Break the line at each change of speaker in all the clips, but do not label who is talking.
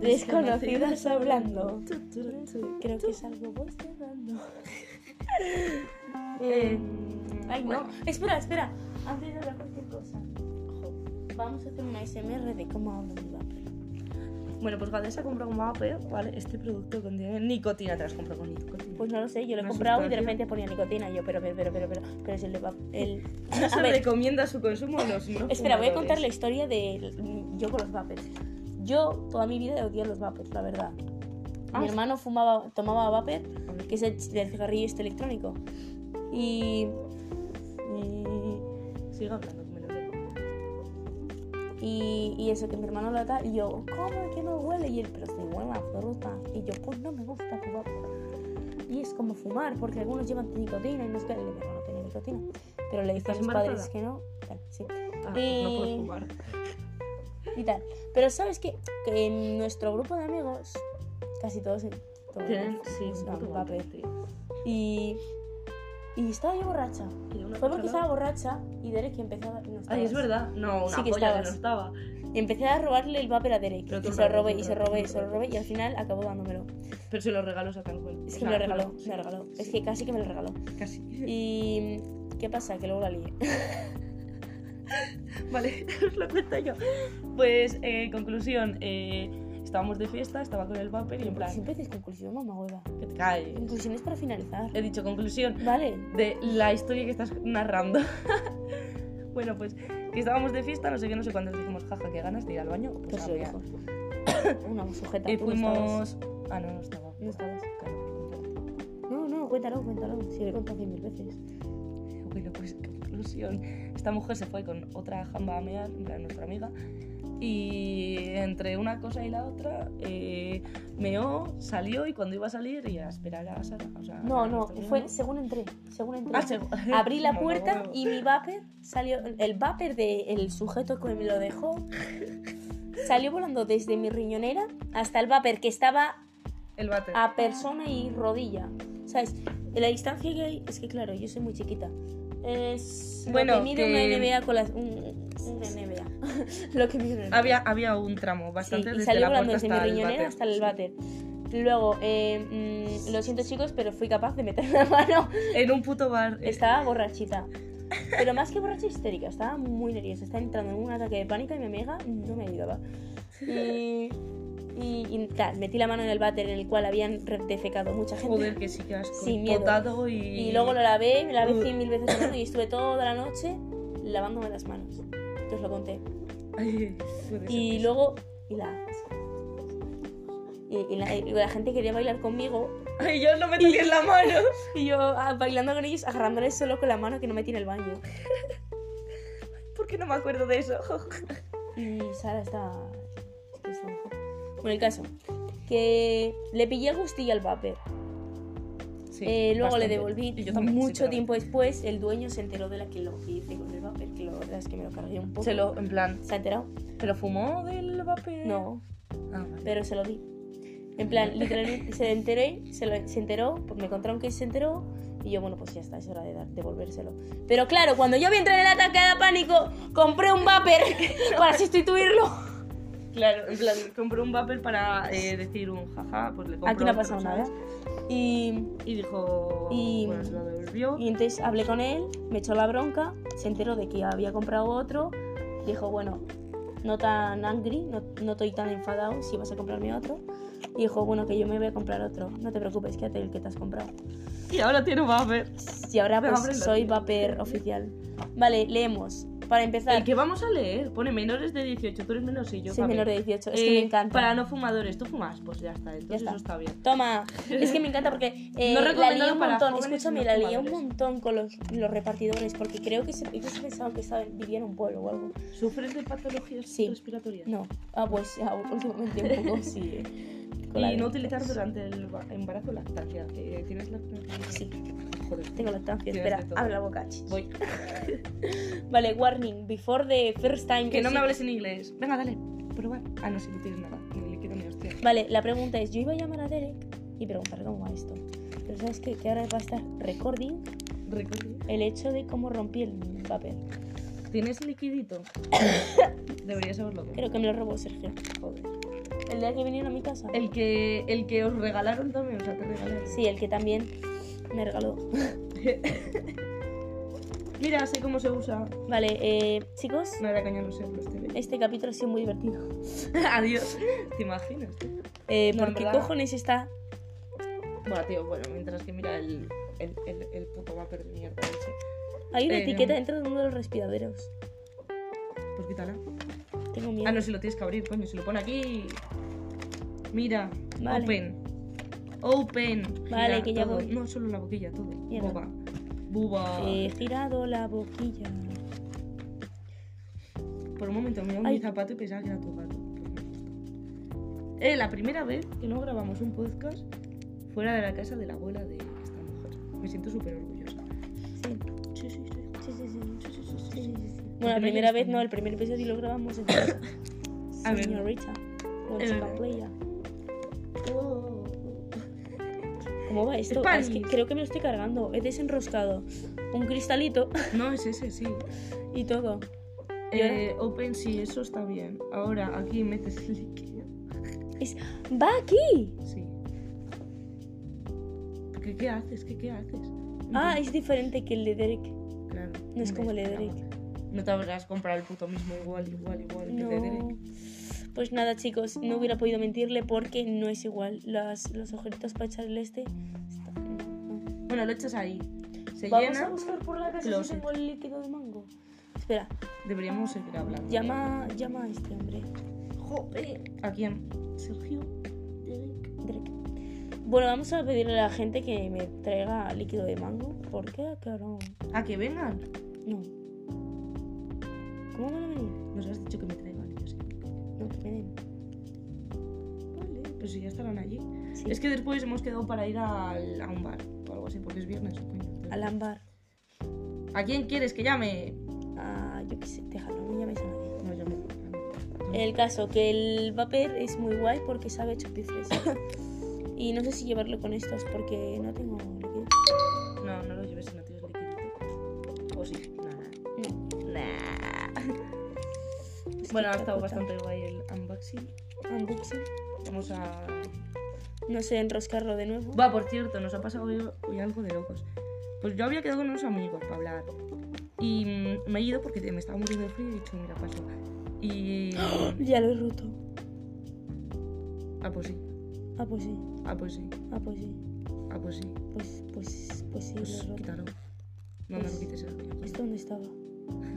Desconocidas hablando. Creo que es algo hablando.
Eh,
Em, Ay,
Bueno.
no. Espera, espera. Antes de hablar cualquier cosa. Vamos a hacer una SMR de cómo hablo mi papel.
Bueno, pues Valdés ha comprado un vape, ¿vale? Este producto contiene nicotina, te lo has comprado con nicotina.
Pues no lo sé, yo lo he
Una
comprado y de
sustancia.
repente ponía nicotina. y Yo, pero, pero, pero, pero, pero, pero es el de pap- el-
No se
a ver,
recomienda su consumo a los no
Espera, voy a contar la
contarles
historia de yo con los vapers. Yo toda mi vida odié los vapers, la verdad.
Ah,
Mi
sí.
hermano fumaba, tomaba vaper, que es el ch- del cigarrillo este electrónico. Y, y,
Sigo hablando, me lo leo.
y- y eso, que mi hermano lo tal, y yo, ¿cómo que no huele? Y él, pero si huele a fruta. Y yo, pues no me gusta tu vapor. Y es como fumar, porque algunos llevan nicotina y no es que mi hermano tenía nicotina. Pero le dije a
¿Estás
mis padres
embarazada?
que no. tal, sí.
Ah,
Y-
no puedo fumar.
y tal. Pero sabes qué? que en nuestro grupo de amigos, casi todos todos
Tienen,
fuman
sí, un puto
vape.
vape, tío.
Y, y estaba yo borracha.
Y de una
Fue porque
cosa a
estaba
la-
borracha y Derek empezaba. No estabas.
Ay, es verdad. No, una
Sí que
polla que
estabas.
no estaba.
Y empecé a robarle el vapor a Derek.
Pero tú
Y se lo
robas,
robé,
tú
y se lo
robas,
robé, y
tú
se lo robé.
robas.
Y al final acabó dándomelo.
Pero se lo regaló Satanjuel.
Es que me lo regaló, me lo regaló. Es que casi que me lo regaló.
Casi.
Y. ¿Qué pasa? Que luego la lié.
Vale, os lo cuento yo. Pues, eh, conclusión. eh, estábamos de fiesta, estaba con el vapor y en plan...
Siempre dices conclusión, mamá hueva.
Que te calles.
Conclusiones para finalizar.
He dicho conclusión.
Vale.
de la historia que estás narrando. bueno, pues que estábamos de fiesta, no sé qué, no sé cuántos dijimos, jaja, qué ganas de ir al baño. Pues,
Pues
a
lo
mear.
dijo. Una sujeta.
Y
tú no estabas.
fuimos. Ah, no, no estaba.
No estabas.
Claro.
No, no, cuéntalo, cuéntalo. Si lo he contado cien mil veces.
Bueno, pues conclusión. Esta mujer se fue con otra jamba a mear, en plan, nuestra amiga. Y entre una cosa y la otra, eh, meó, salió y cuando iba a salir, y a esperar a Sara. O sea,
No,
a
no,
nuestra amiga,
fue según entré, según entré.
Ah, seg-
Abrí la
No,
puerta
no, no.
y mi vapor salió, el vapor del sujeto que me lo dejó salió volando desde mi riñonera hasta el vapor que estaba
El bate.
a persona y rodilla. ¿Sabes? La distancia que hay es que, claro, yo soy muy chiquita. Es
Bueno,
lo que mide
que-
una NBA con las. Un, una NBA. lo que mide una NBA.
Había, había un tramo
Sí,
bastante
y
desde
salió
la
volando
puerta
desde mi
hasta el
riñonera
váter.
hasta el
Sí.
váter. Luego, eh, mm, lo siento chicos, pero fui capaz de meter la mano.
En un puto bar. eh,
Estaba borrachita. Pero más que borracha histérica, estaba muy nerviosa. Estaba entrando en un ataque de pánico y mi amiga no me ayudaba. Y, y, y, claro, metí la mano en el váter en el cual habían re- defecado mucha gente.
Joder, que sí que has
Sin miedo.
y...
Y luego lo lavé, me lavé
Uh.
cien mil veces la mano y estuve toda la noche lavándome las manos. Entonces lo conté.
Ay, puede ser
Y
que
luego. Y la. Y, y la, y la gente quería bailar conmigo.
sí. Ay, yo no me toqué en la mano.
Y yo ah, bailando con ellos, agarrándoles solo con la mano que no metí en el baño.
¿Por qué no me acuerdo de eso?
Y Sara está. está mejor. Bueno, el caso. Que le pillé a Gusti y al Vapor.
Sí,
Eh, luego
bastante.
le devolví.
Y yo también,
Mucho
sí,
tiempo después, el dueño se enteró de la que lo que hice con el Vapor. Que la verdad es que me lo cargué un
pero-
poco.
Se lo, en plan,
¿Se ha enterado?
¿se lo fumó del vapor?
No,
Ah, vale.
pero se lo di. En plan, literalmente se enteré, se, lo- se enteró, pues me contaron que se enteró y yo, bueno, pues ya está, es hora de dar- devolvérselo. Pero claro, cuando yo vi entrar en el ataque de pánico, compré un vapor para sustituirlo.
Claro, en plan, compró un vapor para eh, decir un jaja, pues le compró
Aquí no ha
otro,
pasado nada.
¿sabes?
Y,
Y dijo,
Y-
bueno, se lo devolvió.
y entonces hablé con él, me echó la bronca, se enteró de que había comprado otro, dijo, bueno, no tan angry, no, no estoy tan enfadado si vas a comprarme otro. Y dijo, bueno, que yo me voy a comprar otro, no te preocupes, quédate el que te has comprado.
Y, ahora tiene un vapor.
Y ahora
Venga,
pues
ábrelo,
soy
tío.
vapor oficial. Vale, leemos. Para empezar,
El que vamos a leer pone menores de 18, tú eres menos y yo.
soy
Javi.
menor de 18. Es que
Eh,
me encanta.
Para no fumadores, tú fumas, pues ya está, entonces
está.
eso está bien.
Toma, es que me encanta porque eh,
No
la lié
recomendado
un
para
montón,
jóvenes
escúchame,
no
la lié un
fumadores.
montón con los, los repartidores porque creo que se, ellos pensaban que estaba, vivía en un pueblo o algo.
¿Sufres de patologías
Sí.
respiratorias?
No, ah, pues ah, últimamente un poco sí. eh, con la
Y
lactancia.
no utilizar durante el ba- embarazo lactancia. Eh, ¿Tienes lactancia?
Sí,
Joder.
tengo lactancia,
Tienes
espera,
de todo.
abre la boca. ch-
Voy.
Vale, warning, before the first time
Que no
you
me hables en inglés. Venga, dale. Probar. Ah, no, si no tienes nada. Ni líquido ni hostia.
Vale, la pregunta es, yo iba a llamar a Derek y preguntarle cómo va esto. Pero sabes qué? que ahora va a estar recording
Recorre.
el hecho de cómo rompí el papel.
¿Tienes liquidito? Deberías saberlo.
Creo que me lo robó Sergio.
Joder.
El día que vinieron a mi casa.
El que, el que os regalaron también, o sea, te regalaron.
Sí, el que también me regaló.
Mira, sé cómo se usa.
Vale, eh, chicos,
No era caña, no sé, pero este bien.
este capítulo ha sido muy divertido.
Adiós. ¿Te imaginas?
Eh,
No,
¿Por
en
qué
verdad.
cojones está?
Bueno, tío, bueno, mientras que mira el, el, el, el puto vapor de mierda ese.
Hay una
Eh,
etiqueta dentro de uno de los respiraderos.
Pues quítala.
Tengo miedo.
Ah, no, si lo tienes que abrir, coño, si lo pone aquí. Mira,
Vale.
open. Open.
Vale,
Gira
que ya
todo.
voy.
No, solo la boquilla, todo.
Mierda.
Buba. Buba.
He girado la boquilla.
Por un momento me
Ay.
mi zapato y pensaba que era tu gato. Pues Eh, la primera vez que no grabamos un podcast fuera de la casa de la abuela de esta mujer. Me siento súper orgullosa.
Sí.
Sí, sí, sí.
Sí, sí, sí.
sí, sí, sí, sí.
Bueno,
Porque
la
no
primera
eres
vez
tan-
no, el primer episodio lo grabamos en casa.
A ver. Eh.
Señorita. Con
Es
chica
verdad.
playa.
Oh.
¿Cómo va esto? Ah,
Spanish.
es que creo que me lo estoy cargando. He desenroscado un cristalito
No, es ese, sí.
y todo. ¿Y ahora?
Eh, open, sí, eso está bien. Ahora aquí metes el líquido.
Es- ¡Va aquí!
Sí. ¿Qué, qué haces? ¿Qué, qué haces?
Ah, es diferente que el de Derek.
Claro.
no es como el de
Hombre,
Derek.
claro. No te habrás comprado el puto mismo igual, igual, igual que el de Derek.
No. Pues nada, chicos, no hubiera podido mentirle porque no es igual. Las, los agujeritos para echar el este. está-
Bueno, lo echas ahí. Se
Vamos
llena.
a buscar por la casa si
closet.
tengo el líquido de mango. Espera,
Deberíamos seguir hablando.
llama, llama a este hombre.
¿A quién? Sergio. Derek.
Drake. Bueno, vamos a pedirle a la gente que me traiga líquido de mango. ¿Por qué? Claro.
¿A que vengan?
No. ¿Cómo van a venir?
Nos has dicho que me traigan. Yo sí.
No, que me den.
Vale, pero si ya estarán allí.
Sí,
Es que después hemos quedado para ir al- a un bar o algo así, porque es viernes. coño.
al ámbar.
¿A quién quieres que llame?
Ah, yo qué sé, déjalo, no llames a nadie.
No, llame. Eh.
El caso, que el vapor es muy guay porque sabe a chupi fresa. y no sé si llevarlo con estos porque no tengo líquido.
No, no lo lleves si no tienes liquidito. O sí. Nada.
No. Es que
Bueno, ha
otra
estado
cosa.
bastante guay el unboxing.
Unboxing.
Vamos a.
No sé enroscarlo de nuevo.
Va, por cierto, nos ha pasado hoy, hoy algo de locos. Pues yo había quedado con unos amigos para hablar. Y mm, me he ido porque me estaba muriendo de frío y he dicho, mira, paso. Y.
Ya lo he roto.
Ah, pues sí.
Ah, pues sí.
Ah, pues sí.
Ah, pues sí.
Ah, pues sí.
Pues, pues, pues sí,
Pues
lo he roto.
quítalo. No, no
Pues-
lo quites. ahora, ya, pues.
¿Esto dónde estaba?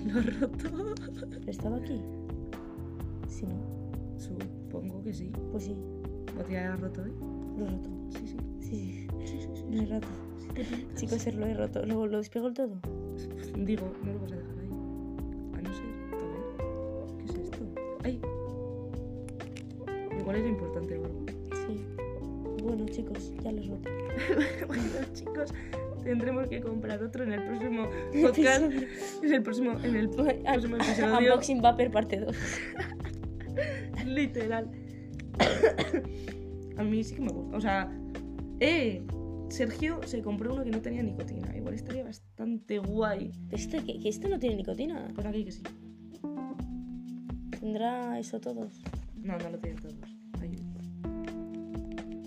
Lo he roto.
¿Pero estaba aquí? Si no,
Supongo que sí.
pues sí,
¿Botella la roto ¿eh? hoy?
lo he roto.
Sí, sí.
Sí,
Sí, sí, sí,
sí,
sí.
lo he roto.
Sí, te pintas.
Chicos, se lo he roto. ¿Lo, lo despego el todo?
Digo, no lo vas a dejar ahí. A no ser. A ver. ¿Qué es esto? ¡Ay! Igual era importante o algo.
Sí. Bueno, chicos, ya lo he roto.
Bueno, chicos, tendremos que comprar otro en el próximo podcast. en el próximo, en el ah, próximo episodio.
Pues, Unboxing Vapor parte 2.
Literal. A mí sí que me gusta. O sea, ¡eh! Sergio se compró uno que no tenía nicotina. Igual estaría bastante guay.
Este, que, que este no tiene nicotina.
Por aquí que sí.
Tendrá eso todos.
No, no lo tienen todos. Ay.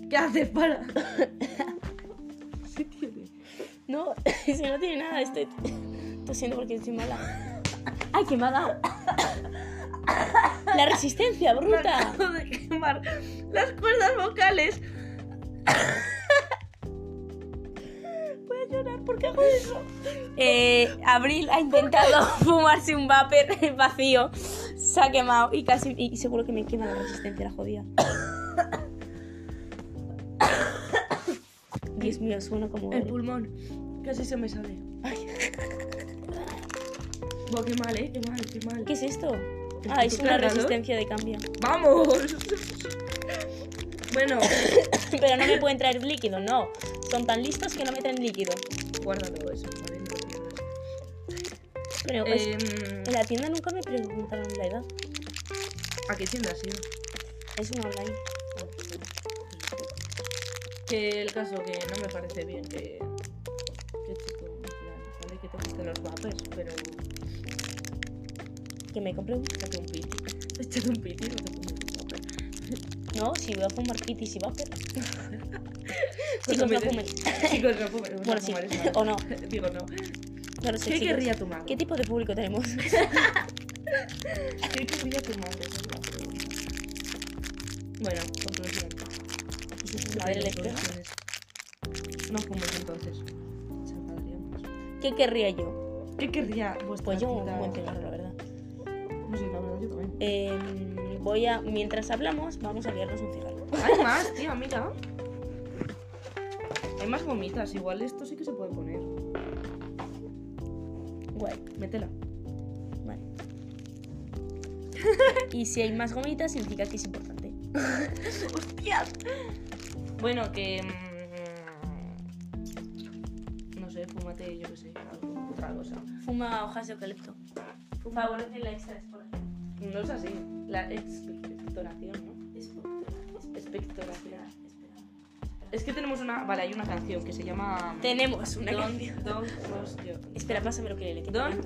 ¿Qué haces? Para. ¿Qué tiene?
No, si no tiene nada, estoy tosiendo porque estoy mala. ¡Ay, que me ha dado! ¡La resistencia,
Me
bruta!
acabo de quemar las cuerdas vocales.
Voy a llorar, ¿por qué hago eso? Eh, Abril ha intentado fumarse un vapor vacío, se ha quemado y casi y seguro que me quema la resistencia, la jodida. Dios mío, suena como...
El pulmón. Casi se me sale. Ay. Buah, qué mal, eh. Qué mal, qué mal.
¿Qué es esto? Ah, es
¿Tu
una
cargador?
resistencia de cambio.
¡Vamos! bueno,
Pero no me pueden traer líquido, no. Son tan listos que no me traen líquido.
guárdalo eso, vale, no lo pierdas.
Pero es-
Em,
en la tienda nunca me preguntaron la edad.
¿A qué tienda has ido?
Es una online.
Que el caso que no me parece bien que. Que chico, en plan, vale, que te gusten los vapers, pero.
Que me compré un...
Échate un piti. Échate un piti, no te pongas un vaper.
No, si voy a fumar Kitty, si va a perras.
Pues
Chicos, no
hombre,
fumen.
Chicos, no fumen. no
Bueno, sí.
fumar es malo.
o no.
Digo, no.
No lo sé,
¿Qué
chicos.
querría tu madre?
¿Qué tipo de público tenemos?
¿Qué querría tu madre? Esa es la pregunta. Bueno, conclusión.
A ver, el espejo.
Conclusiones. No fumes entonces. Se enfadarían, pues.
¿Qué querría yo?
¿Qué querría vuestra
Pues yo
cita?
un buen cigarro, la verdad.
No sé, la verdad, yo también.
Eh, voy a. Mientras hablamos, vamos a liarnos un cigarro.
Hay más, tía, mira. Hay más gomitas. Igual esto sí que se puede poner.
Guay,
Métela.
vale. y si hay más gomitas, significa que es importante.
¡Hostias! Bueno, que. mm, No sé, fúmate, yo qué sé, algo, otra cosa.
Fuma hojas de eucalipto. Favorece la extraesporación.
No es así. La expectoración, ¿no? Expectoración. Es que tenemos una. Vale, hay una canción que se llama.
Tenemos una
Don't,
canción.
don't cross your.
Espera, pásame lo que le leí.
Don't-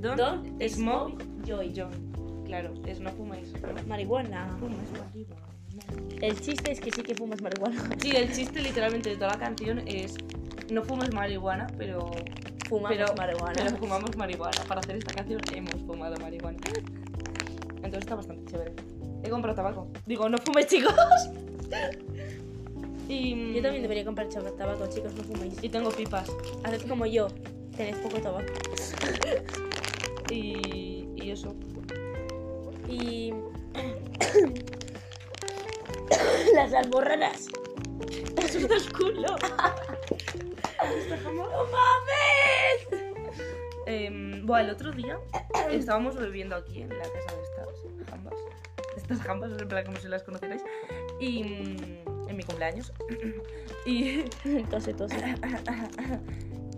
Don't,
Don't
smoke.
smoke joy.
John. Claro, es no fuméis.
Marihuana.
Fumes marihuana.
El chiste es que sí que fumas marihuana.
Sí, el chiste literalmente de toda la canción es. No fumes marihuana, pero
Fumamos
Pero-
marihuana.
Pero fumamos marihuana. Para hacer esta canción hemos fumado marihuana. Entonces está bastante chévere. He comprado tabaco. Digo, no fumes, chicos. y, mm,
Yo también debería comprar chava- tabaco, chicos, no fuméis.
Y tengo pipas.
Haced como yo, tened poco tabaco.
Y, y eso.
Y. Las alborranas.
¡Te asustas, culo!
¡No mames!
Em, bueno, el otro día estábamos bebiendo aquí en la casa de estas jambas. Estas jambas, en plan como si las conocierais. Y mm, en mi cumpleaños. y
Tose, tose.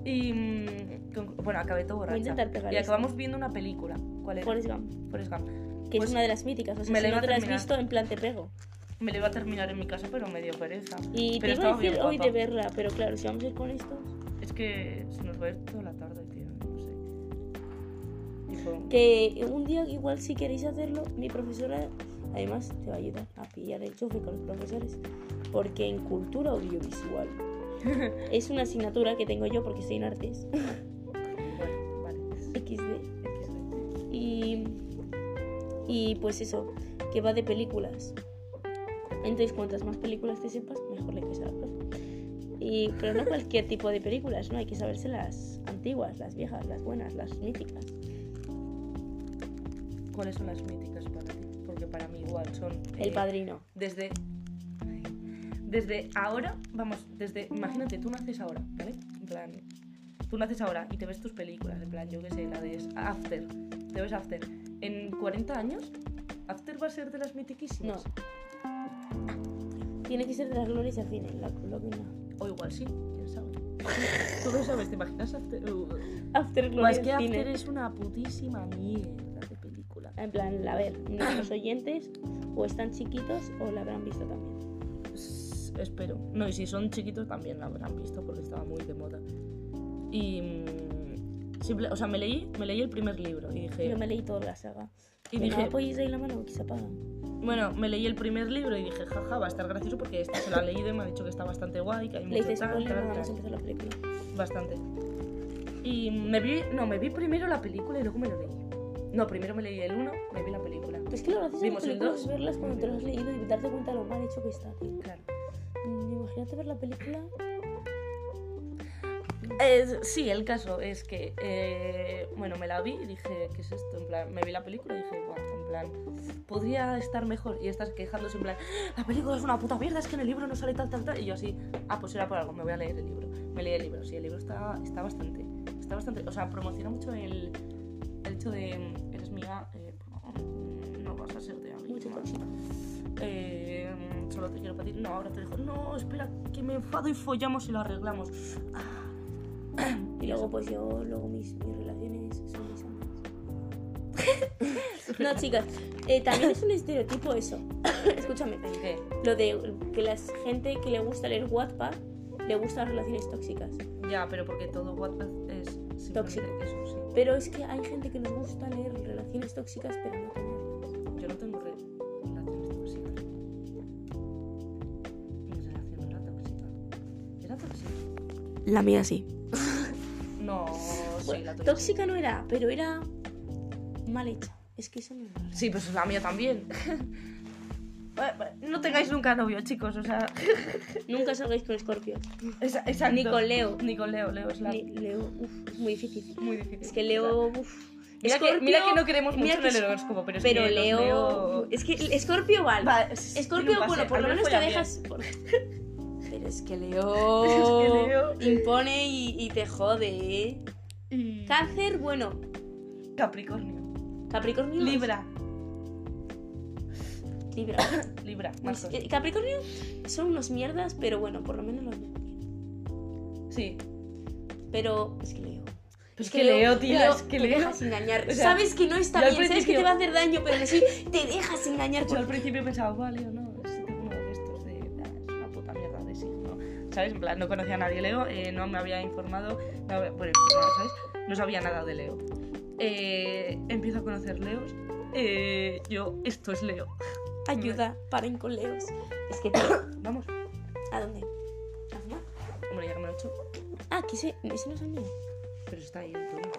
Y mm, con- bueno, acabé todo borracha.
Voy a intentar pegar
y
esto.
acabamos viendo una película. ¿Cuál era?
Forrest Gump,
Forrest Gump.
que
Pues
es una de las míticas. O sea,
me la
si
iba
no
a
te la has
terminar.
visto, en plan te pego.
Me lo iba a terminar en mi casa, pero me dio pereza.
Y
Pero
te iba a
estaba bien
decir hoy
guapa.
de verla, pero claro, si vamos a ir con esto.
Es que se nos va a ir toda la tarde, tío. No sé. Tipo,
Que un día, igual, si queréis hacerlo, mi profesora además te va a ayudar a pillar el chofe con los profesores. Porque en cultura audiovisual es una asignatura que tengo yo porque estoy en artes.
Bueno, vale.
XD.
XD.
Y, y pues eso, que va de películas. Entonces, cuantas más películas te sepas, mejor le caes a la profe. Y, pero no cualquier tipo de películas, ¿no? Hay que saberse las antiguas, las viejas, las buenas, las míticas.
¿Cuáles son las míticas para ti? Porque para mí igual son.
El
eh,
Padrino.
Desde. Desde ahora, vamos, desde. Imagínate, tú naces ahora, ¿vale? En plan. Tú naces ahora y te ves tus películas, en plan, yo qué sé, la de After. Te ves After. En 40 años, After va a ser de las
No.
mitiquísimas.
Tiene que ser de las glorias al cine, la columna.
O igual sí, quién sabe. Tú no sabes, ¿te imaginas After? Uh,
After
Buah,
Glorias
es Pues que
al cine.
After es una putísima mierda de película.
En plan, a ver, nuestros oyentes o están chiquitos o la habrán visto también.
S- Pues, Espero. No, y si son chiquitos también la habrán visto porque estaba muy de moda. Y. mm, simple- o sea, me leí, me leí el primer libro y dije.
Yo me leí toda la saga.
y
Que
dije
no apoyéis ahí la mano, que se apagan.
bueno, me leí el primer libro y dije, jaja, va a estar gracioso porque esta se la ha leído y me ha dicho que está bastante guay, que hay
Le
mucho
dices,
tal,
"Spoiler,
tal,
no vamos a
tal".
empezar la película.
Bastante. Y me vi. No, me vi primero la película y luego me lo leí. No, primero me leí el uno, me vi la película.
Es que lo gracioso de las
Vimos el
películas
dos.
es verlas cuando te las has leído y darte cuenta de lo mal hecho que está, tío.
Claro.
Mm, Imagínate ver la película.
Es- sí, el caso es que, eh, bueno, me la vi y dije, ¿qué es esto? En plan, me vi la película y dije, "Buah", en plan, podría estar mejor. Y estás quejándose en plan, la película es una puta mierda, es que en el libro no sale tal, tal, tal. Y yo así, ah, pues era por algo, me voy a leer el libro. Me leí el libro, sí, el libro está, está bastante, está bastante, o sea, promociona mucho el, el hecho de, mm, eres mía, eh, no vas a ser de mí.
Mucho
no.
tóxico.
Eh, mm, solo te quiero pedir, no, ahora te digo, no, espera, que me enfado y follamos y lo arreglamos.
Y
eso.
luego, pues yo, luego mis, mis relaciones son mis amigas. no, chicas, eh, también es un estereotipo eso. Escúchame,
¿El qué?
lo de que la gente que le gusta leer Wattpad le gustan las relaciones tóxicas.
Ya, pero porque todo Wattpad es simplemente
Tóxico.
Eso, sí.
Pero es que hay gente que nos gusta leer relaciones tóxicas, pero no tenerlas.
Yo no tengo re- relaciones tóxicas.
La mía sí.
No, sí, la tuya.
Tóxica no era, pero era mal hecha. Es que eso no es verdad.
Sí, pues la mía también. Bueno, bueno, No tengáis nunca novio, chicos, o sea,
Nunca salgáis con Scorpio.
esa, esa
Ni con Leo.
Ni con Leo, Leo es la
Ni- Leo, uf, es muy difícil.
muy difícil.
Es que Leo, uf.
Mira, que,
Scorpio-
mira que no queremos
mira
mucho en
que
el
es-
horóscopo, pero es
Pero
que los
Leo,
Leo-
Es que Scorpio vale.
Va,
Scorpio,
tiene un
bueno,
pase,
por
al
lo menos te
follan bien.
dejas. por- Pero es que
Leo-
Leo impone y, y te jode, ¿eh? Cáncer, bueno.
Mm. Capricornio.
Capricornio.
Libra.
Libra.
Libra, Marcos.
Eh, Capricornio son unos mierdas, pero bueno, por lo menos los
Sí.
Pero es que Leo.
Pero es que Leo, tía, es que
te
Leo.
dejas engañar.
O sea,
sabes que no está
yo al
bien, sabes que
principio-
te va a hacer daño, pero sí, te dejas engañar.
Yo
por-
al principio pensaba, vale, Leo, no, es uno de estos de. "Ah, Es una puta mierda de signo. ¿Sabes? En plan, no conocía a nadie Leo, eh, no me había informado. no había- bueno, pues no, ¿sabes? No sabía nada de Leo. Eh, empiezo a conocer Leos. eh, yo, esto es Leo.
Ayuda, paren con Leos. Es que, tío,
Vamos.
¿a dónde? ¿A fumar?
Hombre, ya que me lo he hecho.
Ah, que ese, ese no es el mío.
Pero está ahí el tuyo.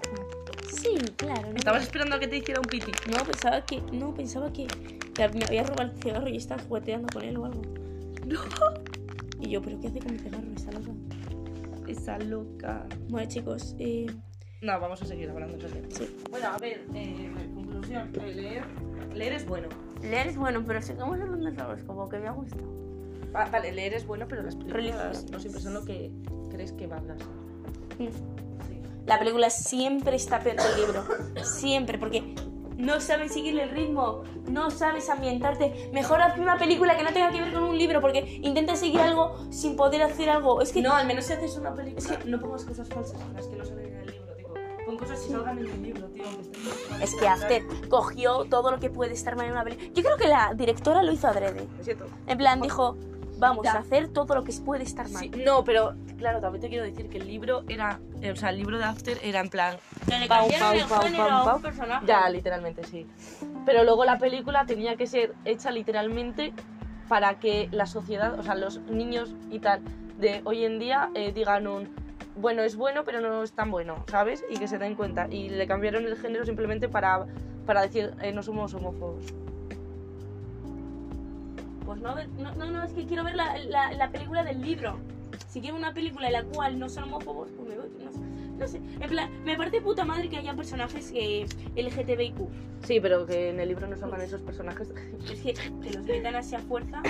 Sí, claro. No,
Estabas esperando a que te hiciera un piti.
No, pensaba que, no, pensaba que, que me había robado el cigarro y estaba jugueteando con él o algo.
No.
Y yo, ¿pero qué hace con mi cigarro? Está loca.
Esa loca.
Bueno, chicos, eh,
No, vamos a seguir hablando sobre
Sí.
Bueno, a ver, eh, conclusión. eh, leer, leer es bueno.
leer es bueno, pero sigamos hablando de horóscopo, que me ha gustado.
Va- Ah, vale, leer es bueno, pero las películas
Religiosas.
no siempre son lo que crees que van a ser. Sí.
Mm. La película siempre está peor que el libro. Siempre, porque no sabes seguir el ritmo, no sabes ambientarte. Mejor haz una película que no tenga que ver con un libro, porque intenta seguir algo sin poder hacer algo. Es que
No, al menos si haces una película, no pongas cosas falsas, las que no salen en el libro, tipo. Pon cosas que salgan en el libro, tío. aunque estén-
Es que After cogió todo lo que puede estar mal en una película. Yo creo que la directora lo hizo adrede.
Lo siento.
En plan, dijo, vamos
Ya.
a hacer todo lo que puede estar mal.
Sí, no, pero claro, también te quiero decir que el libro era, eh, o sea, el libro de After era en plan
le
Pau, cambiaron pau, el pau, género a pau, un pau.
personaje.
Ya, literalmente sí. Pero luego la película tenía que ser hecha literalmente para que la sociedad, o sea, los niños y tal de hoy en día eh, digan un bueno es bueno, pero no es tan bueno, ¿sabes? Y que se den cuenta. Y le cambiaron el género simplemente para, para decir eh, no somos homófobos.
Pues no, no, no, no, es que quiero ver la, la- la película del libro. Si quiero una película en la cual no son homófobos, pues me voy, no sé. No sé. En plan, me parece puta madre que hayan personajes eh, LGTBIQ.
Sí, pero que en el libro no salgan esos personajes.
Es que, que los metan así a fuerza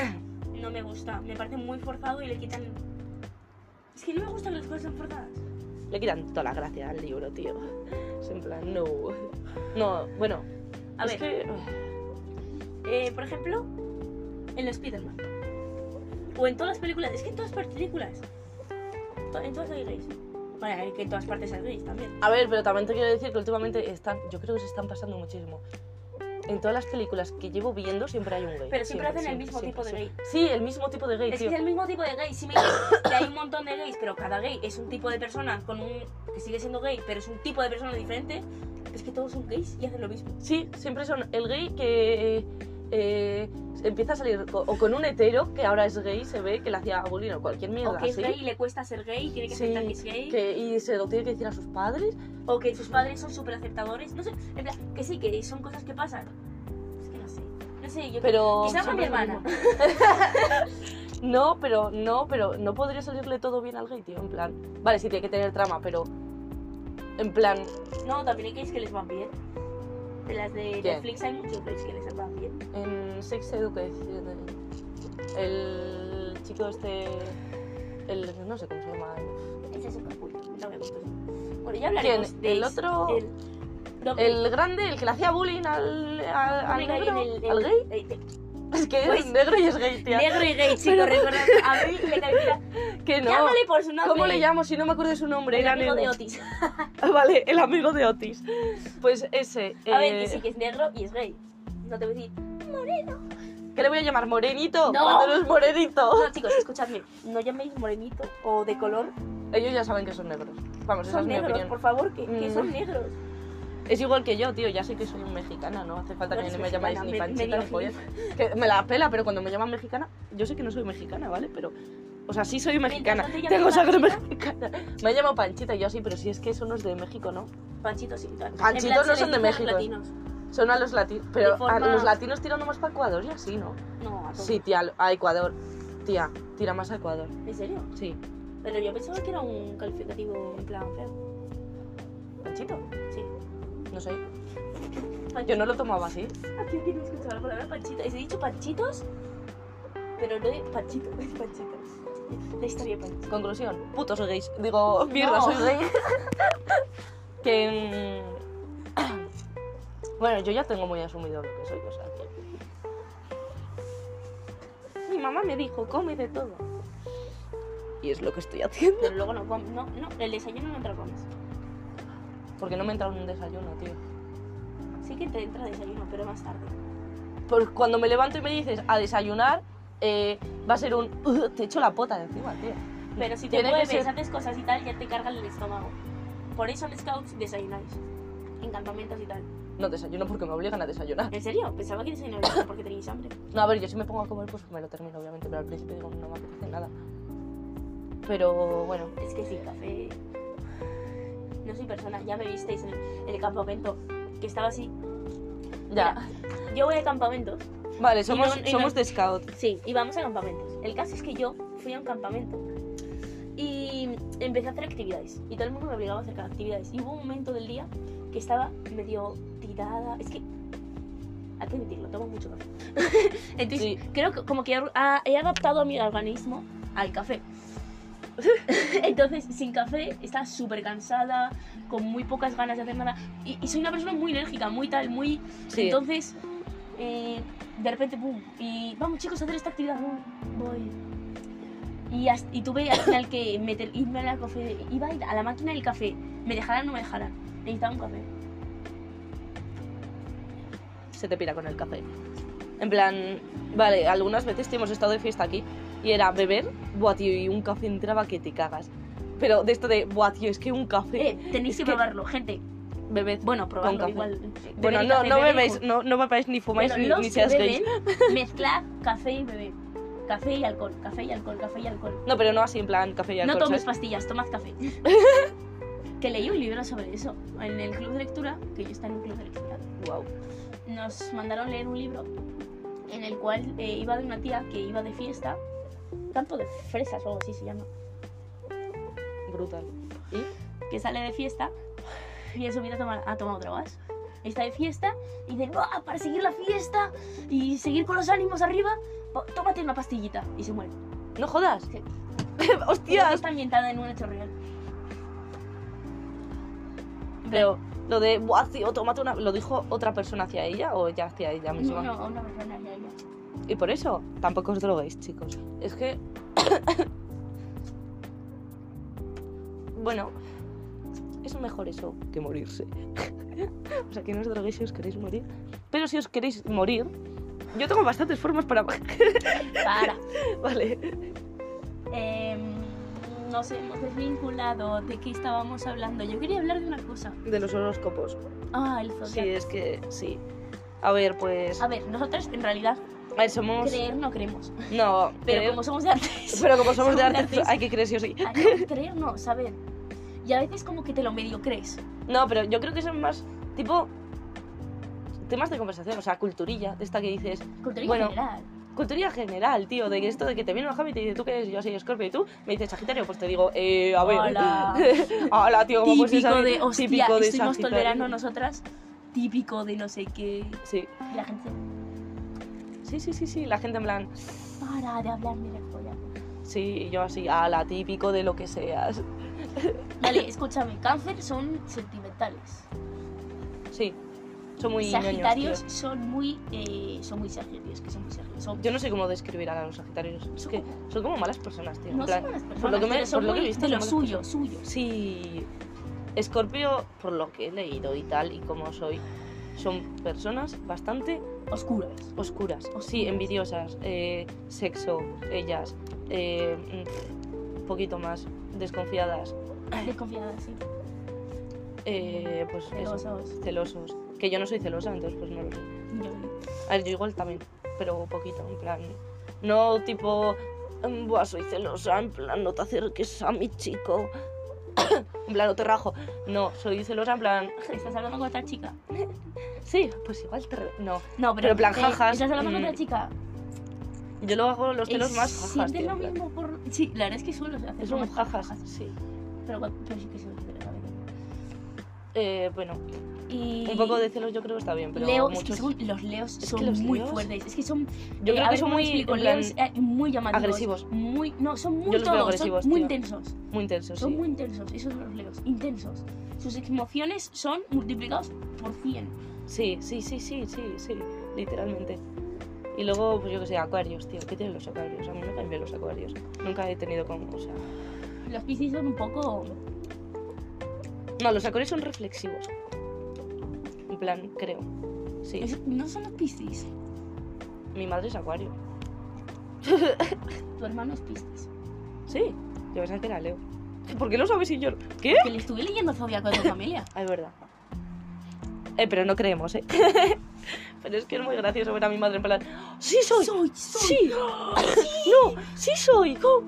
no me gusta. Me parece muy forzado y le quitan... Es que no me gusta que las cosas sean forzadas.
Le quitan toda la gracia al libro, tío. Es en plan, no. No, bueno.
A
es
ver,
que, ah. ugh,
eh, por ejemplo, en los Spider-Man. O en todas las películas. Es que en todas las películas. To- En todas hay gays. Bueno, que en todas partes hay gays también.
A ver, pero también te quiero decir que últimamente están, yo creo que se están pasando muchísimo. En todas las películas que llevo viendo siempre hay un gay.
Pero siempre hacen el mismo tipo de
gay. Sí, el mismo tipo de gay,
Es que
tío.
es el mismo tipo de gay. Si me dices que hay un montón de gays, pero cada gay es un tipo de persona con un que sigue siendo gay, pero es un tipo de persona diferente, es que todos son gays y hacen lo mismo.
Sí, siempre son el gay que eh, eh, empieza a salir co- o con un hetero que ahora es gay, se ve que le hacía bullying o cualquier mierda
o que es
así.
gay y le cuesta ser gay, tiene que
Sí,
aceptar que es gay.
que- y se lo tiene que decir a sus padres.
O que sus padres son súper aceptadores. No sé, en plan, que sí, que son cosas que pasan. Es que no sé. No sé, yo
Pero
Quizá con mi
siempre es lo
hermana.
mismo. no, pero no, pero no podría salirle todo bien al gay, tío. En plan, vale, sí tiene que tener trama, pero en plan,
No, también hay gays que les van bien. De las de
Bien.
Netflix hay muchos gays que les van bien.
En Sex Education, el chico este. El, no sé cómo se llama.
Ese es un capullo, no me gusta. Bueno, ya
¿Quién?
hablaremos de
¿El
eso.
otro?
El, no,
El grande, el que le hacía bullying al, al, al
me caí en
negro.
el-
¿Al
el-
gay?
el- el-
Es que
Pues-
es negro y es gay, tía.
Negro y gay, chico, recuerda. A mí me caía.
Que no.
Llámale por su nombre.
¿Cómo le Eh. llamo si no me acuerdo de su nombre?
El
Era
amigo de
negro.
Otis.
Vale, el amigo de Otis. Pues ese.
A ver,
eh,
que sí, que es negro y es gay. No te voy a decir.
¿Qué le voy a llamar? ¿Morenito?
No.
Cuando no es morenito.
No, chicos, escuchadme. No llaméis morenito o de color.
Ellos ya saben que son negros. Vamos, esa es
Son
mi
negros,
opinión.
por favor, que, que
Mm.
son negros.
Es igual que yo, tío, ya sé que soy mexicana, no hace falta
No
que
eres
me llamáis
mexicana,
ni
me-
panchita
medio
ni pollas. Que me la pela, pero cuando me llaman mexicana, yo sé que no soy mexicana, ¿vale? Pero O sea, sí soy mexicana.
Mientras tanto, ya
Tengo
me
sangre
Panchita.
mexicana. Me han llamado Panchita, y yo sí, pero si es que eso no es de México, ¿no?
Panchitos sí. en
Panchitos
plan,
no
se
son
le
de
dicen a los
México.
latinos.
Son a los latinos. Pero a
forma-
los latinos tirando más para Ecuador y así, ¿no?
No, a todos.
Sí, tía, a Ecuador. Tía, tira más a Ecuador.
¿En serio?
Sí.
Pero yo pensaba que era un calificativo en plan feo.
Panchito,
Sí.
no sé. Ah, Yo no lo tomaba así.
Aquí Ah, que no escuchaba la palabra panchita. He dicho panchitos, pero no es panchito, es panchitos. La historia panchita.
Conclusión, putos soy gays. Digo, mierda,
No.
soy gay. que... mm, bueno, yo ya tengo muy asumido lo que soy, o sea que- Mi mamá me dijo, come de todo. Y es lo que estoy haciendo.
Pero luego no comes. No, no, el desayuno no te lo comes.
Porque no me entra un desayuno, tío.
Sí que te entra desayuno, pero más tarde.
Por cuando me levanto y me dices a desayunar, eh, va a ser un... "Ugh", te echo la pota de encima, tío.
Pero si te
Tiene que
mueves,
ser-
haces cosas y tal, ya te cargan el estómago. Por eso en Scouts desayunáis. Encantamientos y tal.
No desayuno porque me obligan a desayunar.
¿En serio? Pensaba que desayunabais porque tenéis hambre.
No, a ver, yo si me pongo a comer, pues me lo termino, obviamente, pero al principio digo, no me apetece nada. Pero bueno,
Es que sin café. No soy persona, ya me visteis en el, en el campamento. Que estaba así.
ya.
Yo voy a campamentos.
Vale, somos,
Y no- y
somos
no-
de scout.
Sí, y vamos a campamentos. El caso es que yo fui a un campamento y empecé a hacer actividades. Y todo el mundo me obligaba a hacer actividades. Y hubo un momento del día que estaba medio tirada. Es que. Hay que admitirlo, tomo mucho café. Entonces,
Sí.
creo que como que he- ah, he adaptado a mi organismo al café. Entonces, sin café, estaba súper cansada, con muy pocas ganas de hacer nada. Y, y soy una persona muy enérgica, muy tal, muy
Sí.
entonces, eh, de repente, pum, y vamos chicos a hacer esta actividad, pum, voy. Y, hasta- y tuve al final que meter, irme a la café, iba a ir a la máquina del café, me dejaran o no me dejaran, necesitaba un café.
Se te pira con el café. En plan, vale, algunas veces tío, hemos estado de fiesta aquí y era beber, buah, tío, y un café entraba que te cagas. Pero de esto de, buah, tío, es que un café,
Eh, tenéis
es
que,
que-
probarlo, gente.
bebed.
Bueno, probarlo
café.
igual.
Bueno,
Beber
no,
café,
no
beber
bebéis,
con-
no, no bebáis ni fumáis
Bueno,
ni-
los
ni
que
seas gays.
beben, mezclad café y bebé. Café y alcohol, café y alcohol, café y alcohol.
No, pero no así en plan café y alcohol,
no tomes
¿sabes?
pastillas, tomad café. que leí un libro sobre eso en el club de lectura, que yo estaba en un club de lectura.
Guau.
nos mandaron leer un libro en el cual eh, iba de una tía que iba de fiesta, campo de fresas o algo así se llama,
Brutal.
que sale de fiesta y en su vida toma- ha tomado drogas. Está de fiesta y dice, "Buah, para seguir la fiesta y seguir con los ánimos arriba, po- tómate una pastillita y se muere.
No jodas.
Sí. Pero
Hostias.
está ambientada en un hecho real.
Pero lo de, buah, tío, tómate una... ¿Lo dijo otra persona hacia ella o ya hacia ella misma?
No, no, a una persona ya, ya.
Y por eso, tampoco os droguéis, chicos. Es que... bueno, es mejor eso que morirse. o sea, que no os droguéis si os queréis morir. Pero si os queréis morir, yo tengo bastantes formas para...
Para.
vale.
Em, nos hemos desvinculado de qué estábamos hablando. Yo quería hablar de una cosa.
De los horóscopos.
Ah, el
Sí,
zodiaco.
es que... Sí. A ver, pues...
A ver, nosotros en realidad
A ver, somos...
creer no creemos,
No,
pero
creo-
como somos de antes,
pero como somos
somos
de
de
arte,
artes.
hay que creer sí o sí.
hay que creer no, saber. Y a veces como que te lo medio crees.
No, pero yo creo que son más tipo temas de conversación, o sea, culturilla, de esta que dices,
Cultura en
Bueno.
general.
culturilla general, tío, de que esto de que te viene una Javi y te dice, tú que eres, yo soy Scorpio y tú me dices Sagitario, pues te digo, eh, a ver,
Hola.
Hola, tío, ¿cómo puedes ser
típico
Sagitario?
de, hostia,
típico de
estuvimos todo el
Sagitario.
verano nosotras, típico de no sé qué.
Sí.
Y la gente,
sí, sí, sí, sí, la gente en plan,
para de hablarme de polla.
sí, y yo así, ala, típico de lo que seas.
Vale, escúchame, cáncer son sentimentales.
Sí, son muy ñoños,
Sagitarios
tío.
son muy, eh, son muy sagitarios, que son muy sagitarios. Son,
Yo no sé cómo describir a los Sagitarios, es
Son
que
como-
son como malas personas, tío. en
no
plan,
son unas personas,
lo que me-
pero son
por lo que he
muy
visto
de
son
lo
malas
suyo, suyos.
Sí, Escorpio, por lo que he leído y tal, y como soy, son personas bastante
Oscuros.
oscuras. Sí,
Oscuras.
envidiosas, eh, sexo, ellas, eh, mm, un poquito más desconfiadas,
Desconfiadas, sí.
eh, pues eso,
Celosos.
celosos. Que yo no soy celosa, entonces pues no lo sé.
Yo-
A ver, yo igual también, pero poquito, en plan. No tipo mm, buah, soy celosa, en plan, no te acerques a mi chico. en plan, no te rajo. No, soy celosa, en plan,
¿Estás hablando con otra chica?
sí, pues igual te... re- No,
No,
Pero
pero.
en plan,
eh,
jajas,
¿Estás hablando con
mm,
otra chica?
yo lo hago los celos
Eh,
más jajas,
¿Sientes
tío,
lo
en plan.
mismo por.? Sí, la verdad es que suelo hacer
Es un
bromas con
jajas, sí.
Pero, cuando- pero sí que suelo hacer a veces.
Eh, bueno,
Y.
un poco de celos yo creo que está bien, pero
Leo, es que
muchos...
son- los leos
que
son
los
muy
leos-
fuertes. Es que son.
Yo
eh,
creo
a
que
ver
son
cómo
muy,
explico,
en plan,
leos, eh, muy llamativos.
agresivos.
Muy, no, son muy
Yo los veo
todos,
agresivos,
son muy
tío.
intensos.
muy intensos,
Son
sí.
muy intensos, esos son los leos, intensos. Sus emociones son multiplicados por 100.
Sí, sí, sí, sí, sí, sí, literalmente. Y luego, pues yo que sé, acuarios, tío. ¿Qué tienen los acuarios? A mí me cambian los acuarios. Nunca he tenido como, o sea...
Los piscis son un poco...
No, los acuarios son reflexivos. En plan, creo. Sí,
es- No son los piscis,
mi madre es acuario.
tu hermano es piscis.
Sí, yo pensaba que era Leo. ¿Por qué lo sabes y yo? no? ¿Qué?
Que le estuve leyendo Zodíaco de tu familia.
Ah, es verdad. Eh, pero no creemos, ¿eh? pero es que es muy gracioso ver a mi madre en plan... ¡Ah, ¡Sí soy!
soy,
¡Sí! ¡No! ¡Sí soy! Oh,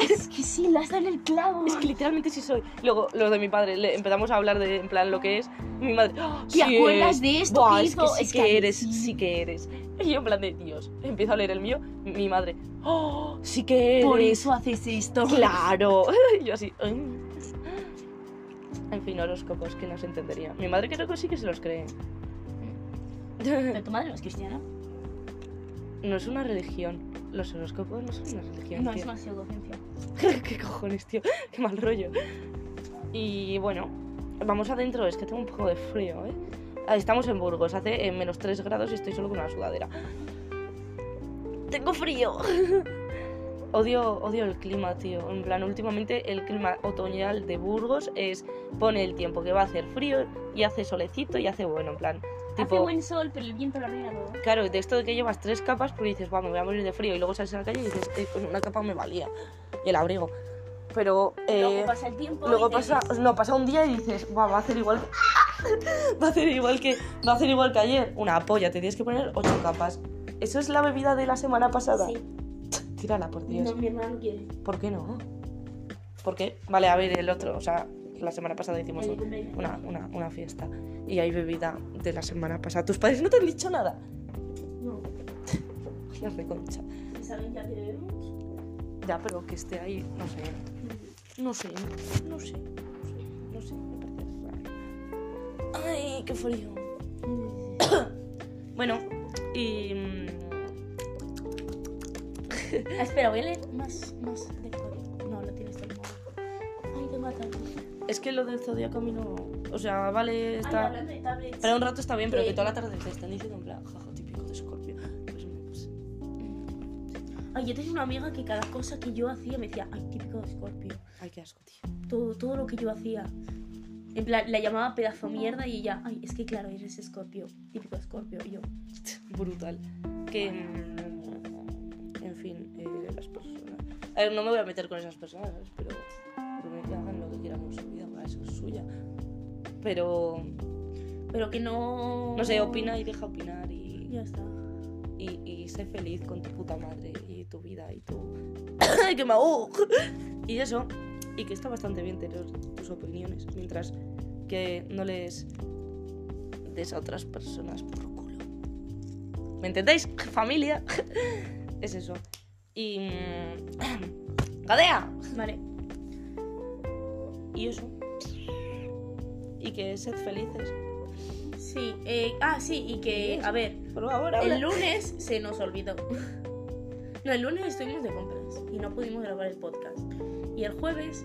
Es que sí, la has dado en el clavo.
Es que literalmente sí soy. Luego, los de mi padre, le empezamos a hablar de, en plan, lo que es. Y mi madre, "Ah,
¿Te
sí
acuerdas
es.
de esto
Buah,
que
es que
hizo?
sí
Es
que,
que
eres,
sí.
sí. que eres. Y yo, en plan, de Dios, empiezo a leer el mío. Mi madre, ¡oh, sí que eres!
Por eso haces esto.
¡Claro! Y yo así, "Mm". En fin, horóscopos, que no se entendería. Mi madre creo que sí que se los cree.
Pero tu madre no es cristiana.
No es una religión. Los horóscopos no son una religión.
No,
tío.
es una pseudociencia.
¿Qué cojones, tío? Qué mal rollo. Y bueno, vamos adentro, es que tengo un poco de frío, ¿eh? Ah, Estamos en Burgos, hace eh, menos 3 grados y estoy solo con una sudadera. ¡Tengo frío! odio, odio el clima, tío. En plan, últimamente el clima otoñal de Burgos es... Pone el tiempo que va a hacer frío y hace solecito y hace bueno, en plan...
Hace
Tipo,
buen sol, pero el viento lo arruina todo.
Claro, de esto de que llevas tres capas, porque dices, va, me voy a morir de frío. Y luego sales a la calle y dices, "Eh, con una capa me valía. Y el abrigo. Pero eh,
luego pasa el tiempo.
luego
y te-
pasa, no, pasa un día y dices, va, va a hacer igual. va a hacer igual que. Va a hacer igual que ayer. Una polla, te tienes que poner ocho capas. Eso es la bebida de la semana pasada.
Sí.
Tírala, por Dios.
No, mi hermano no quiere.
¿Por qué no? ¿Por qué? Vale, a ver, el otro. O sea, la semana pasada hicimos
El
un-
cumpleaños.
una, una- una fiesta. Y hay bebida de la semana pasada. Tus padres no te han dicho nada.
No.
La reconcha.
¿Y saben que hace verano?
Ya, pero que esté ahí, no sé. No sé, no sé. No sé, me parece raro. Ay, qué frío. Bueno, y. mm,
Ah, espera, voy a leer más, más del código. No, lo tienes del móvil. Ay, tengo la tablet.
Es que lo del zodiaco a mí no. O sea, vale,
Ay,
está.
hablando de tablets.
Para un rato está bien, pero
Sí.
que toda la tarde te están diciendo en plan, jaja, típico de Scorpio. Pues no, pues.
Mm. Ay, yo tenía una amiga que cada cosa que yo hacía me decía, ay, típico de Scorpio.
Ay, qué asco, tío.
Todo, todo lo que yo hacía. En plan, la llamaba pedazo mierda y ella, ay, es que claro, eres Scorpio. Típico de Scorpio. Y yo,
Brutal. Que. mm, En fin, eh, las personas. A ver, no me voy a meter con esas personas, ¿sabes? pero. pero que hagan lo que quieran con su vida, para eso es suya. Pero.
pero que no.
No sé, opina y deja opinar y,
Ya está.
y, y sé feliz con tu puta madre y tu vida y tu... ¡Ay, que me ahogo! y eso, y que está bastante bien tener tus opiniones mientras que no les des a otras personas por culo. ¿Me entendéis? Familia. es eso. Y... mm, ¡Gadea!
Vale.
Y eso. Y que sed felices.
Sí, eh, ah, sí, y que, a ver,
Por favor, habla.
el lunes se nos olvidó. No, el lunes estuvimos de compras y no pudimos grabar el podcast. Y el jueves.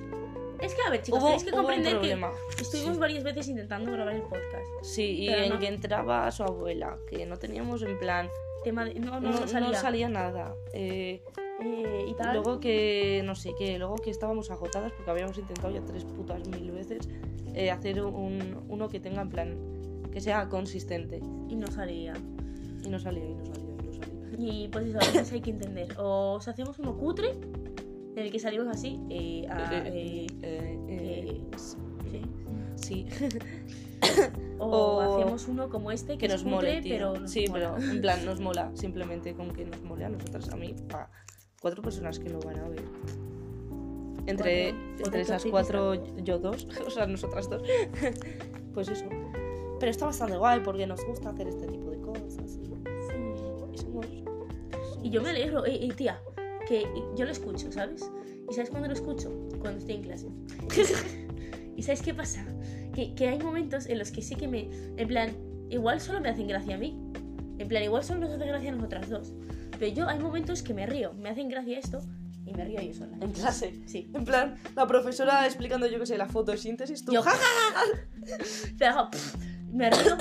Es que, a ver, chicos,
Hubo-
tenéis que
hubo un
comprender que
problema.
estuvimos
Sí.
varias veces intentando grabar el podcast.
Sí, y
Pero
en
no.
que entraba su abuela, que no teníamos en plan,
Tema de- No,
no,
no, no
no
salía.
salía nada. Eh,
Eh, y tal.
luego que, no sé qué, luego que estábamos agotadas porque habíamos intentado ya tres putas mil veces eh, hacer un, uno que tenga en plan, que sea consistente.
Y no salía.
Y no salió, y no salió, y no salió.
Y pues eso, a veces hay que entender. O os hacemos uno cutre, en el que salimos así. Eh, a, eh,
Eh, eh, eh,
eh, sí.
sí,
o,
O
hacemos uno como este, que,
que
es
nos mole,
cutre,
tío.
pero nos
sí,
mola.
pero en plan nos mola, simplemente con que nos mole a nosotras, a mí, pa, cuatro personas que lo van a ver. Entre,
Cuatro.
entre
Cuatro
esas
chicas,
cuatro, yo dos, o sea, nosotras dos. pues eso. Pero está bastante guay porque nos gusta hacer este tipo de cosas. Y, y somos-
Y yo me alegro, y, y, tía, que yo lo escucho, ¿sabes? ¿Y sabes cuándo lo escucho? Cuando estoy en clase. ¿Y sabes qué pasa? Que, que hay momentos en los que sí que me... En plan, igual solo me hacen gracia a mí. En plan, igual solo nos hace gracia a nosotras dos. Pero yo hay momentos que me río, me hacen gracia esto y me río yo sola.
En clase.
Sí.
En plan, la profesora explicando, yo qué sé, la fotosíntesis, tú.
Yo,
¡ja!
Te hago, me río,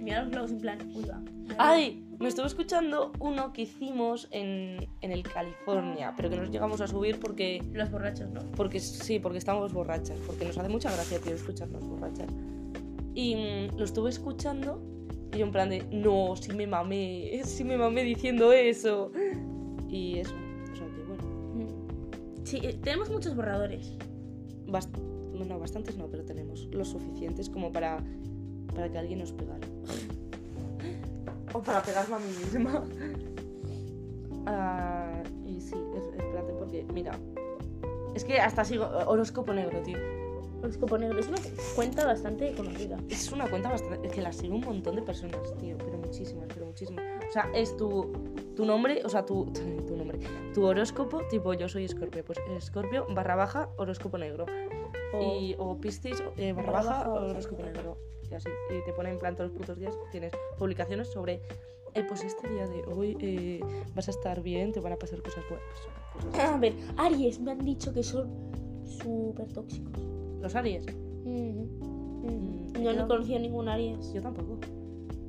me hago los globos en plan, uy, va. me río.
Ay, me estuve escuchando uno que hicimos en, en el California, pero que nos llegamos a subir porque,
Los borrachos, ¿no?
porque sí, porque estamos borrachas, porque nos hace mucha gracia, tío, escucharnos borrachas. Y mm, lo estuve escuchando y yo en plan de, no, sí me mamé, sí me mamé diciendo eso. Y eso, o sea, que bueno,
Sí, eh, tenemos muchos borradores.
bast- no, bastantes no, pero tenemos los suficientes como para, para que alguien nos pegara. o para pegarme a mí misma. Ah, y sí, es- espérate porque, mira, es que hasta sigo horóscopo negro, tío.
Horóscopo negro Pues, es una cuenta bastante conocida.
Es una cuenta bastante. Es que la sigue un montón de personas, tío. Pero muchísimas, pero muchísimas. O sea, es tu, tu nombre, o sea, tu, tu nombre. Tu horóscopo, tipo yo soy Escorpio. Pues Escorpio barra baja horóscopo negro.
O-
Y, o Piscis eh, barra
barra
baja
baja,
horóscopo negro. Y así. Y te ponen en plan todos los putos días. Tienes publicaciones sobre. eh, pues este día de hoy eh, vas a estar bien, te van a pasar cosas buenas. cosas así.
Ah, A ver, Aries, me han dicho que son súper tóxicos.
Los Aries. Mm,
Yo
yo-
no conocía ningún Aries.
Yo tampoco.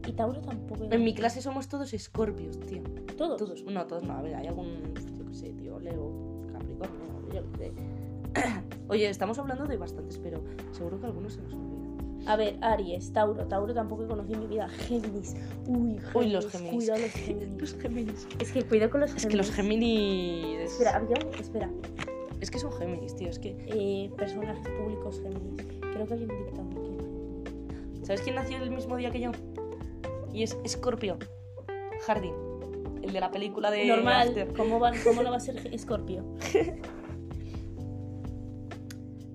Y Tauro tampoco.
En mi clase somos todos escorpios, tío.
Todos.
Todos, no, todos no, a ver, hay algún, yo qué sé, tío, Leo, Capricornio, yo qué sé. Oye, estamos hablando de bastantes, pero seguro que algunos se nos olvidan.
A ver, Aries, Tauro. Tauro tampoco he conocido en mi vida. Géminis. Uy, Géminis.
Uy, los Géminis.
Cuidado los Géminis.
Géminis.
es que cuidado con los Géminis.
Es que los Géminis.
Espera, había un- Espera.
Es que son Géminis, tío, es que.
Eh, personajes públicos Géminis. Creo que alguien dictador que es
¿Sabes quién nació el mismo día que yo? Y es Escorpio. Jardín. El de la película de.
Géminis. Normal.
After.
¿Cómo, va- ¿Cómo no va a ser Ge- Escorpio?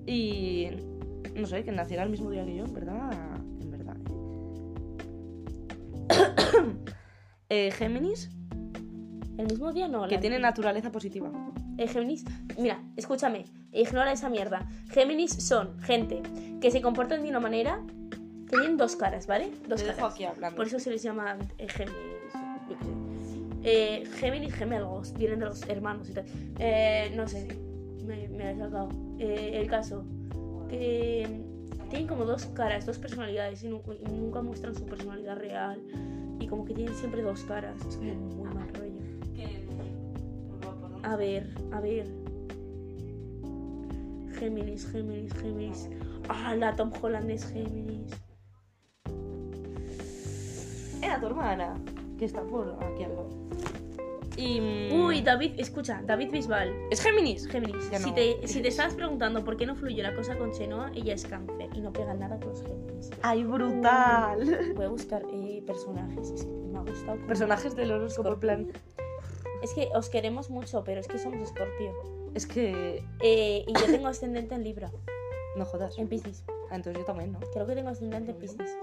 Y. No sé, que naciera el mismo día que yo, en verdad. En verdad. eh, Géminis,
El mismo día no.
que
la-
tiene naturaleza positiva.
Eh, Géminis, mira, escúchame, ignora esa mierda. Géminis son gente que se comportan de una manera, que tienen dos caras, ¿vale? Dos
Te
caras.
dejo aquí hablando.
Por eso se les llama eh, Géminis. yo qué sé. Eh, Géminis gemelos, vienen de los hermanos y tal. Eh, no sé, me, me he sacado. Eh, el caso, que tienen como dos caras, dos personalidades y, nu- y nunca muestran su personalidad real. Y como que tienen siempre dos caras. Es como muy mal rollo. A ver, a ver. Géminis, Géminis, Géminis. Ah, la Tom Holland es Géminis.
Era tu hermana, que está por aquí al lado. Y. mm,
Uy, David, escucha, David Bisbal
¡Es Géminis!
es Géminis.
Ya no.
Si, te, si te estabas preguntando por qué no fluyó la cosa con Chenoa, ella es cáncer y no pega nada con los Géminis.
¡Ay, brutal!
Voy a buscar eh, personajes, es que me ha gustado. como-
Personajes del horóscopo, en plan.
Es que os queremos mucho, pero es que somos Escorpio.
Es que.
Eh, y yo tengo ascendente en Libra,
No jodas.
en Piscis.
Ah, entonces yo también, ¿no?
Creo que tengo ascendente en Piscis.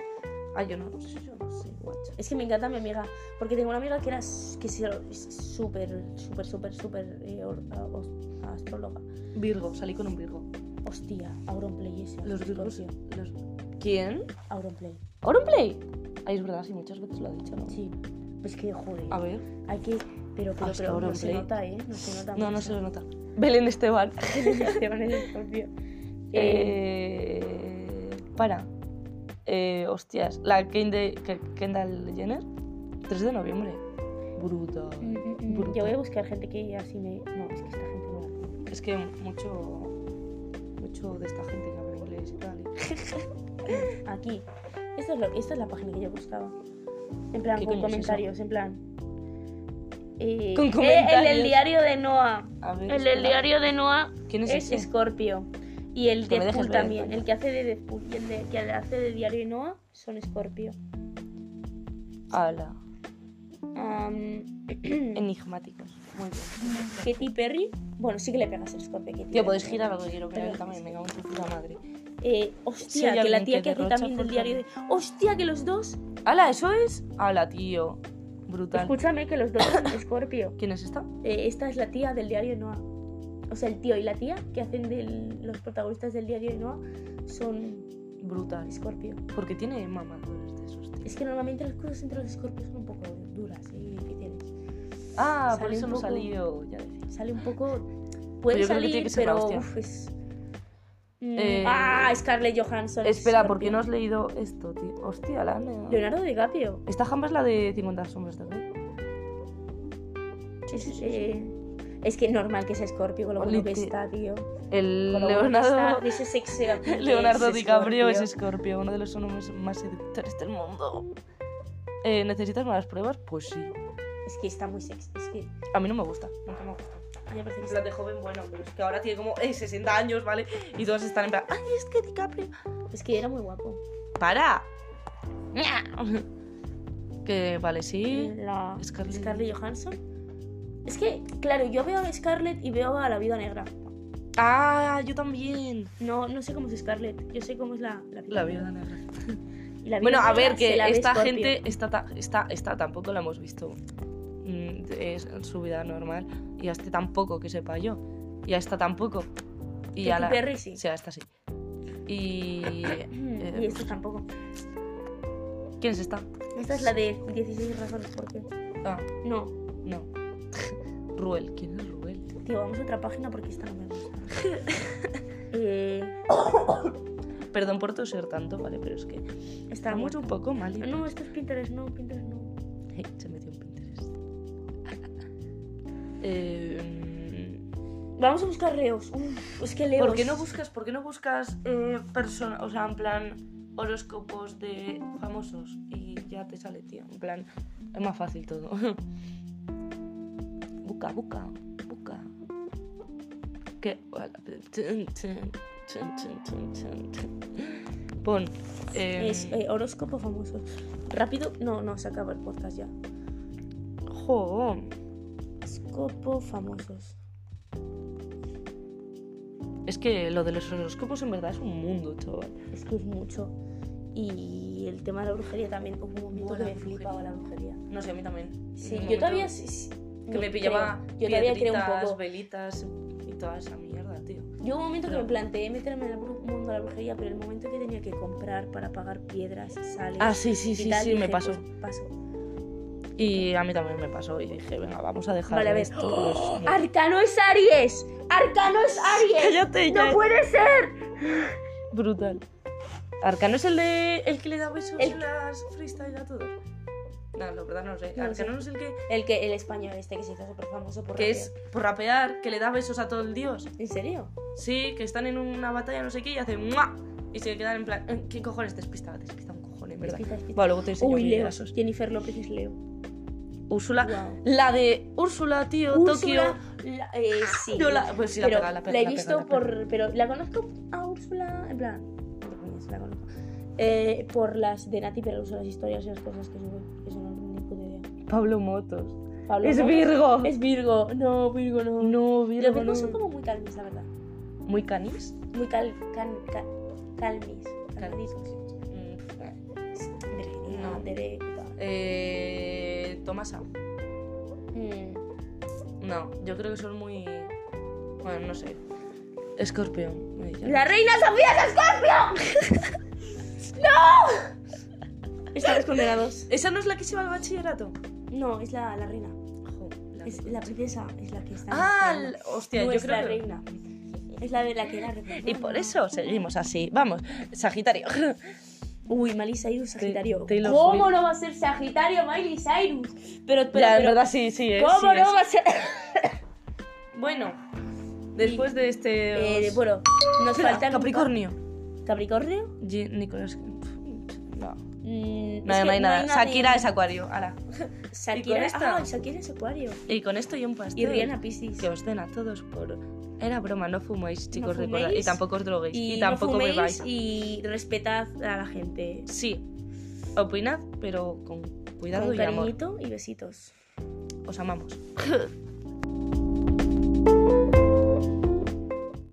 Ah, yo no. Yo no sé, guacho.
Es que me encanta mi amiga, porque tengo una amiga que era s- que se- es súper, súper, súper, súper eh, or- a- os- astróloga.
Virgo, salí con un Virgo.
Hostia, Auronplay ese.
Los Virgos.
Scorpio,
Los... ¿Quién?
Auronplay.
¿Auronplay? Ay, es verdad, sí, muchas veces lo ha dicho, ¿no?
Sí. Pues que, joder.
A ver.
Hay que. Pero, pero,
Hasta
pero no
Auronplay.
se nota, ¿eh? No se nota.
No, no se lo nota. Belén Esteban.
Esteban es Scorpio. Eh,
Eh, para. Eh, hostias. La Kende- Ke- Kendall Jenner. 3 de noviembre. Bruta.
mm, mm, mm,
brutal.
yo voy a buscar gente que así me. No, es que esta gente no la conozco.
Es que mucho. Mucho de esta gente que habla inglés y tal. y-
Aquí. Esta es, lo- esta es la página que yo buscaba. En plan,
¿Qué
con
coño es eso?
comentarios, en plan. Eh,
Con
eh, El
comentarios.
del diario de Noah.
A ver,
El del
espera.
diario de Noah
¿Quién es,
es
ese?
Escorpio. Y el
Que me
Deadpool
dejes ver, pues.
también.
coño.
El que hace de Deadpool y el de- que hace de diario de Noah son Escorpio.
Ala.
Am,
Enigmáticos. Muy bien.
Katy Perry, bueno, sí que le pegas el scope a Katy
Tío,
Perry.
podéis girar lo que quiero que
Pero-
haga también, me cago en tu puta madre.
Eh,
Si
hostia,
hay
que la
alguien
tía
que
que, hace
derrocha,
también del
por
diario de... Hostia, que los dos...
¡Hala, eso es! ¡Hala, tío! Brutal.
Escúchame, que los dos son Scorpio.
¿Quién es esta?
Eh, esta es la tía del diario de Noah. O sea, el tío y la tía que hacen del- los protagonistas del diario de Noah son
Brutal.
Scorpio.
Porque tiene mamadores de esos, tío.
Es que normalmente las cosas entre los Scorpios son un poco duras ¿eh? y difíciles.
Ah,
Sale
por eso
un
no
poco-
salió. Ya decía.
Sale un poco... Puede
yo creo que
salir,
tiene que ser la
pero
hostia.
uf, es... Mm,
Eh,
Ah, Scarlett Johansson. es
Espera, ¿por qué
Scorpio.
no has leído esto, tío? Hostia, la
Leonardo DiCaprio.
Esta jamba es la de 50 sombras de Grey.
Es, eh, es que normal que sea Scorpio con lo bueno que
Lite-
está, tío.
El
Con lo bueno que está,
Leonardo,
de ese sexy appeal que
Leonardo
es
DiCaprio es
Scorpio.
Scorpio, uno de los hombres más seductores del mundo. Eh, ¿Necesitas más pruebas? Pues sí.
Es que está muy sexy. Es que a
A mí no me gusta, nunca me gusta.
mí me parece que
En
está-
plan de joven, bueno, pero es que ahora tiene como eh, 60 años, ¿vale? Y todos están en plan, ¡ay, es que DiCaprio!
Es que era muy guapo.
¡Para! que vale, sí.
Eh, La...
Scarlett.
Scarlett. Johansson. Es que, claro, yo veo a Scarlett y veo a la vida negra.
¡Ah, yo también!
No, no sé cómo es Scarlett, yo sé cómo es la, la vida
La
negra.
vida negra.
Y la vida
Bueno, a
negra
ver,
se
que
la ve
esta
Scorpio.
gente, esta, ta- esta, esta tampoco la hemos visto mm, es en su vida normal. Y a este tampoco, que sepa yo. Y a esta tampoco. Y a
Katy
la.
Perry sí.
Sí, a esta sí. Y.
Mm,
eh,
Y esta tampoco.
¿Quién es esta?
Esta es la de 16 razones por qué.
Ah,
No,
no. Ruel, ¿quién es Ruel?
tío, vamos a otra página porque esta no me gusta. eh,
Perdón por toser tanto, ¿vale? Pero es que
está
está mucho
mucho.
un poco mal. y-
No, esto es Pinterest, no, Pinterest no.
Eh, se metió en Pinterest. eh, mm,
Vamos a buscar reos. Uf, es que leos.
¿Por qué no buscas, por qué no buscas eh, persona- o sea, en plan horóscopos de famosos y ya te sale, tío? En plan, es más fácil todo. Busca, busca, busca. Que Pon. eh,
Es eh, horóscopo famoso. Rápido. No, no, se acaba el podcast ya.
jo,
Horóscopo famosos.
Es que lo de los horóscopos en verdad es un mundo, chaval.
Es que es mucho. Y el tema de la brujería también. Hubo un momento
Buah,
que
la
me
brujería.
flipaba la brujería.
No sé, a mí también.
Sí, yo
Un momento
todavía. sí, sí,
Que me
creo.
pillaba
Yo todavía creo un
piedritas,
poco.
velitas y toda esa mierda, tío.
Yo hubo un momento que
No.
me planteé meterme en el bru- mundo de la brujería, pero el momento que tenía que comprar para pagar piedras, sales.
Ah, sí, sí,
y
sí,
tal,
sí,
dije,
me pasó.
pues, paso.
Y a mí también me pasó y dije, venga, vamos a ¡Oh! dejar
Vale, a ver. ¡Oh!
esto. los-
Arcano es Aries. Arcano es Aries.
Cállate ya.
No puede ser.
Brutal. Arcano es el de el que le da besos
El-
en las freestyle a todos. No, la verdad no lo sé.
No lo
Arcano
sé.
no es el que,
El que el español este que se hizo súper famoso por
que
rapear.
es por rapear, que le da besos a todo el dios.
¿En serio?
Sí, que están en una batalla no sé qué y hacen ¡mua! y se quedan en plan, "Eh, ¿qué cojones despista? Despista un cojón, en verdad.
Despista, despista.
Vale, luego te enseño
Uy,
mis
Leo.
brazos.
Jennifer López es Leo.
Úrsula.
Guau.
La de Úrsula, tío,
Úrsula,
Tokio.
la- eh, sí.
Yo la- pues sí, la
pero
pega, la pega,
he
la pega,
visto
la pega.
por. Pero la conozco a Úrsula, en plan. entre comillas, la conozco. Eh, por las de Nati Peluso, las historias y las cosas que sube. Eso no ni puta idea.
Pablo Motos.
Pablo
Es
Motos.
Virgo.
Es Virgo. No, Virgo no.
No, Virgo.
Los Virgos
no.
son como muy calmis, la verdad.
Muy canis.
Muy cal, cal, cal, calmis. Calmaditos.
Calmaditos. Mm,
Virginia
No.
Andere y tal.
Eh, Tomasa.
Mm.
No, yo creo que son muy. Bueno, no sé. Escorpión. Ay, ya
¡La
no sé.
reina Sofía es Scorpio! ¡No! Estamos condenados.
¿Esa no es la que se va al bachillerato?
No, es la, la reina.
Jo, la
Es
que-
la princesa, es la que está.
Ah,
esperando.
l- hostia,
no
yo
es la
creo que.
reina. Es la de la que era reina.
Y por eso seguimos así. Vamos, Sagitario.
Uy, Miley Cyrus, Sagitario.
Taylor
¿Cómo
Swift.
no va a ser Sagitario Miley Cyrus? Pero, pero,
ya, en
pero,
verdad sí, sí. eh,
¿Cómo
sí
no
es.
va a ser?
Bueno, después de este.
Eh, bueno, nos
Espera,
falta.
Capricornio.
¿Capricornio?
Ye- Nicolás. No.
Mm, es
No,
que
no hay nada.
de-
Shakira es Acuario. ala. ¿Y con
Shakira.
esta?
Ah, Shakira es Acuario.
Y con esto y un pastel.
Y Rihanna Piscis.
Que os den a todos por. Era broma, no fumáis, chicos,
fuméis,
recordad. Y tampoco os droguéis.
y,
Y,
no
tampoco
fuméis
bebáis.
y respetad a la gente
Sí. Opinad, pero con cuidado
con
y amor.
cariñito y besitos
Os amamos.